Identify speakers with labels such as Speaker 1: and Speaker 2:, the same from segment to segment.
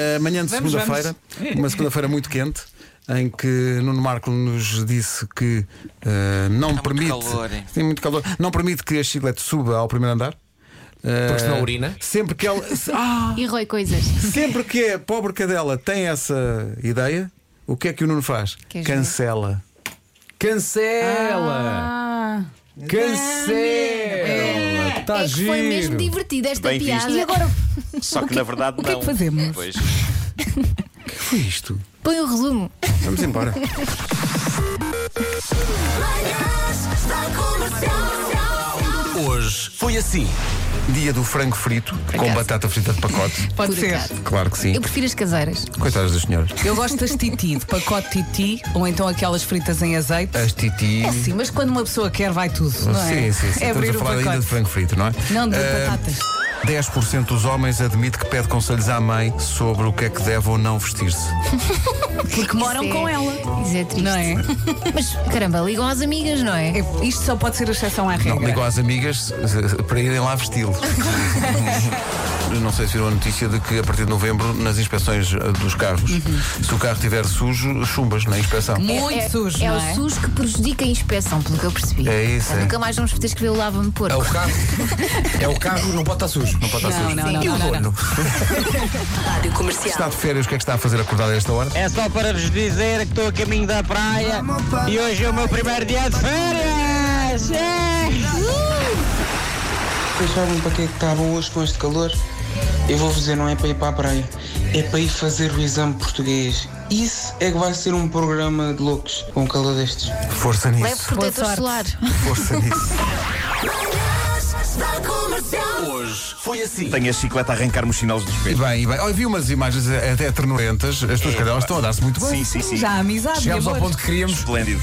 Speaker 1: Eh, Amanhã de
Speaker 2: Vamos,
Speaker 1: segunda-feira, uma segunda-feira muito quente, em que Nuno Marco nos disse que eh, não
Speaker 3: muito
Speaker 1: permite.
Speaker 3: calor, hein?
Speaker 1: Tem muito calor. Não permite que a chiclete suba ao primeiro andar.
Speaker 2: Porque senão
Speaker 1: Eh,
Speaker 2: urina.
Speaker 1: Sempre que ela. se- ah,
Speaker 4: E roi coisas.
Speaker 1: sempre que a pobre cadela tem essa ideia, o que é que o Nuno faz?
Speaker 4: Queres ver?
Speaker 1: Cancela.
Speaker 2: Cancela!
Speaker 4: Ah,
Speaker 2: Cancela! Está
Speaker 1: Tá
Speaker 4: é que
Speaker 2: giro!
Speaker 4: foi mesmo divertida esta
Speaker 3: Bem
Speaker 4: piada.
Speaker 3: visto. E
Speaker 4: agora
Speaker 3: Só que na verdade
Speaker 5: é que é
Speaker 3: não.
Speaker 5: que fazemos?
Speaker 3: Pois.
Speaker 1: O que foi isto?
Speaker 4: põe o resumo.
Speaker 1: Vamos embora.
Speaker 6: Manhãs da Comercial.
Speaker 1: Hoje foi assim. Dia do frango frito com
Speaker 4: acaso.
Speaker 1: batata frita de pacote.
Speaker 5: Pode
Speaker 4: Por
Speaker 5: ser.
Speaker 4: acaso.
Speaker 1: Claro que sim.
Speaker 4: Eu prefiro as caseiras.
Speaker 1: Coitadas das senhoras.
Speaker 5: Eu gosto das titi, de pacote titi, ou então aquelas fritas em azeite.
Speaker 1: As titi.
Speaker 5: É sim, mas quando uma pessoa quer, vai tudo, não é?
Speaker 1: Sim, sim, sim.
Speaker 5: É
Speaker 1: Estamos
Speaker 5: abrir
Speaker 1: a
Speaker 5: o
Speaker 1: falar ainda de
Speaker 5: pacote.
Speaker 1: frango frito, não é?
Speaker 5: Não, de
Speaker 1: Ah,
Speaker 5: batatas.
Speaker 1: 10% dos homens admite que pede conselhos à mãe sobre o que é que deve ou não vestir-se.
Speaker 5: Porque moram
Speaker 4: Isso é-
Speaker 5: com ela.
Speaker 4: Isso é triste.
Speaker 5: Não é?
Speaker 4: Mas caramba, ligam às amigas, não é?
Speaker 5: É, Isto só pode ser a exceção à
Speaker 1: Não,
Speaker 5: regra.
Speaker 1: ligam às amigas eh, para irem lá vesti-lo. Não sei se viram a notícia de que a partir de novembro, nas inspeções eh, dos carros,
Speaker 2: Uhum.
Speaker 1: se o carro estiver sujo, chumbas na inspeção.
Speaker 5: Muito
Speaker 4: é,
Speaker 5: sujo,
Speaker 4: É,
Speaker 5: não
Speaker 4: o
Speaker 5: é?
Speaker 4: sujo que prejudica a inspeção, pelo que eu percebi.
Speaker 1: É isso,
Speaker 4: Portanto,
Speaker 1: é.
Speaker 4: Nunca mais vamos poder escrever o lava-me
Speaker 2: É o
Speaker 4: porco.
Speaker 2: carro. É o carro, não pode estar sujo.
Speaker 1: Não pode estar
Speaker 5: Não,
Speaker 1: sujo.
Speaker 5: não, não,
Speaker 1: e o
Speaker 5: não, não,
Speaker 1: dono?
Speaker 5: não.
Speaker 6: Rádio
Speaker 1: Se
Speaker 6: Comercial.
Speaker 1: Está de férias, o que é que está a fazer acordado a esta hora?
Speaker 7: É só para vos dizer que estou a caminho da praia e hoje é o meu primeiro dia de férias!
Speaker 8: Vocês sabem para que é que estavam hoje com este calor? Eu vou-vos dizer, não é para ir para a praia, é para ir fazer o exame português. Isso é que vai ser um programa de loucos com um calor destes.
Speaker 1: Força
Speaker 4: Leve
Speaker 1: nisso.
Speaker 4: protetor
Speaker 5: sorte.
Speaker 4: solar.
Speaker 1: Força nisso.
Speaker 6: Manhãs da Comercial.
Speaker 7: assim.
Speaker 3: Tenho a chicleta a arrancar-me os sinais dos
Speaker 1: E
Speaker 3: pés.
Speaker 1: bem, e bem. Olha, vi umas imagens até ternurentas. As tuas cadelas estão a dar-se muito bem.
Speaker 3: Sim, sim, sim.
Speaker 5: Já a amizade.
Speaker 2: Chegámos
Speaker 5: e
Speaker 2: ao
Speaker 5: amor.
Speaker 2: ponto que queríamos.
Speaker 3: Esplêndido.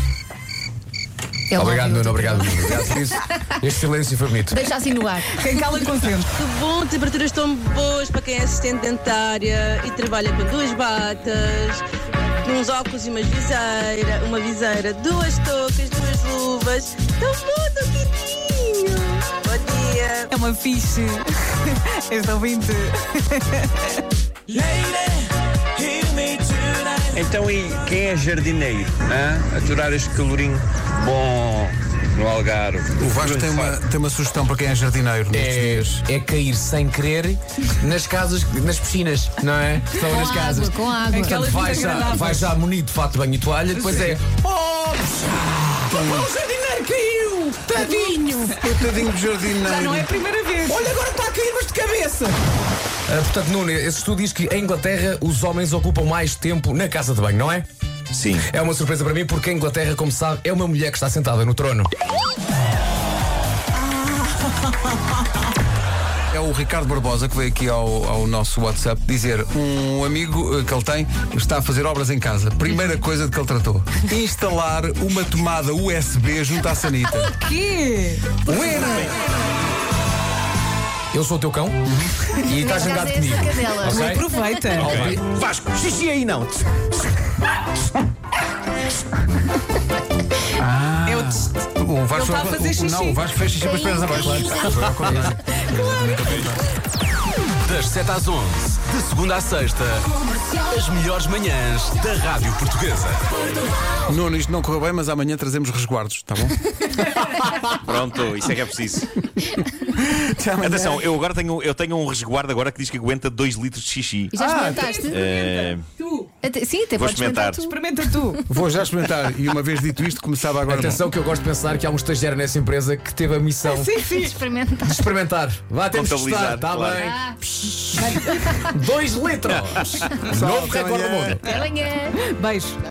Speaker 4: É o
Speaker 2: Obrigado, Nuno,
Speaker 4: lava-me
Speaker 2: obrigado,
Speaker 4: porco.
Speaker 2: Nuno. Obrigado por isso. Este silêncio foi bonito.
Speaker 4: Deixa assim no ar.
Speaker 5: Quem cala consente.
Speaker 9: Que bom, temperaturas tão boas para quem é assistente dentária e trabalha com duas batas, uns óculos e umas viseira, uma viseira, duas toucas, duas luvas. Tão bom, tão quentinho. Bom dia.
Speaker 5: É uma fixe. Este ouvinte.
Speaker 7: Então e quem é jardineiro? Hã? Aturar este calorinho bom no Algarve.
Speaker 1: O Vasco tem uma, tem uma sugestão para quem é jardineiro nestes dias.
Speaker 2: É, é cair sem querer nas casas, nas piscinas, não é? Estão nas
Speaker 4: água,
Speaker 2: casas.
Speaker 4: com água.
Speaker 2: Portanto,
Speaker 5: Aquelas
Speaker 2: vai
Speaker 5: muito
Speaker 2: já,
Speaker 5: agradáveis.
Speaker 2: vai já munido de fato de banho e toalha, depois é. Oh! O jardineiro caiu! Tadinho!
Speaker 1: Coitadinho de jardineiro.
Speaker 5: Já não é a primeira vez.
Speaker 2: Olha, agora está a cair, mas de cabeça! Ah, portanto, Nuno, esse estudo diz que em Inglaterra os homens ocupam mais tempo na casa de banho, não é?
Speaker 3: Sim.
Speaker 2: É uma surpresa para mim porque a Inglaterra, como sabe, é uma mulher que está sentada no trono.
Speaker 1: É o Ricardo Barbosa que veio aqui ao, ao nosso WhatsApp dizer um amigo eh, que ele tem está a fazer obras em casa. Primeira coisa de que ele tratou: instalar uma tomada USB junto à sanita. é?
Speaker 5: Que?
Speaker 2: Eu sou o teu cão
Speaker 5: Uhum.
Speaker 2: e estás
Speaker 4: Neste caso
Speaker 2: zangado
Speaker 4: é essa
Speaker 2: comigo.
Speaker 4: cadela.
Speaker 2: Ok?
Speaker 5: Aproveita.
Speaker 2: Ok.
Speaker 3: Vasco, xixi aí não.
Speaker 5: É o test.
Speaker 1: O Vasco
Speaker 5: Ele está a fazer
Speaker 1: o- Não,
Speaker 5: xixi.
Speaker 1: o Vasco fez xixi com as pernas abaixo. Foi ao contrário.
Speaker 10: Das 7 às 11, de segunda à sexta, as melhores manhãs da Rádio Portuguesa.
Speaker 1: Nuno, isto não correu bem, mas amanhã trazemos resguardos, está bom?
Speaker 3: Pronto, isso é que é preciso.
Speaker 1: Até amanhã.
Speaker 5: é.
Speaker 3: Atenção, eu agora tenho, eu tenho um resguardo agora que diz que aguenta 2 litros de xixi.
Speaker 4: E já experimentaste?
Speaker 3: Eh,
Speaker 4: Até- sim, até
Speaker 3: vou
Speaker 4: podes experimentar.
Speaker 3: experimentar.
Speaker 4: tu.
Speaker 5: Experimenta tu.
Speaker 1: Vou já experimentar. E uma vez dito isto, começava agora.
Speaker 2: Atenção que eu gosto de pensar que há um estagiário nessa empresa que teve a missão de
Speaker 5: Sim, sim.
Speaker 4: Experimenta.
Speaker 2: experimentar. Vá até testar,
Speaker 3: Contabilizar,
Speaker 2: está
Speaker 3: claro.
Speaker 4: Ah,
Speaker 2: bem. Dois litros! Novo
Speaker 1: até
Speaker 2: recorde do
Speaker 3: então,
Speaker 1: amanhã.
Speaker 2: mundo.
Speaker 4: Até amanhã.
Speaker 5: Beijo.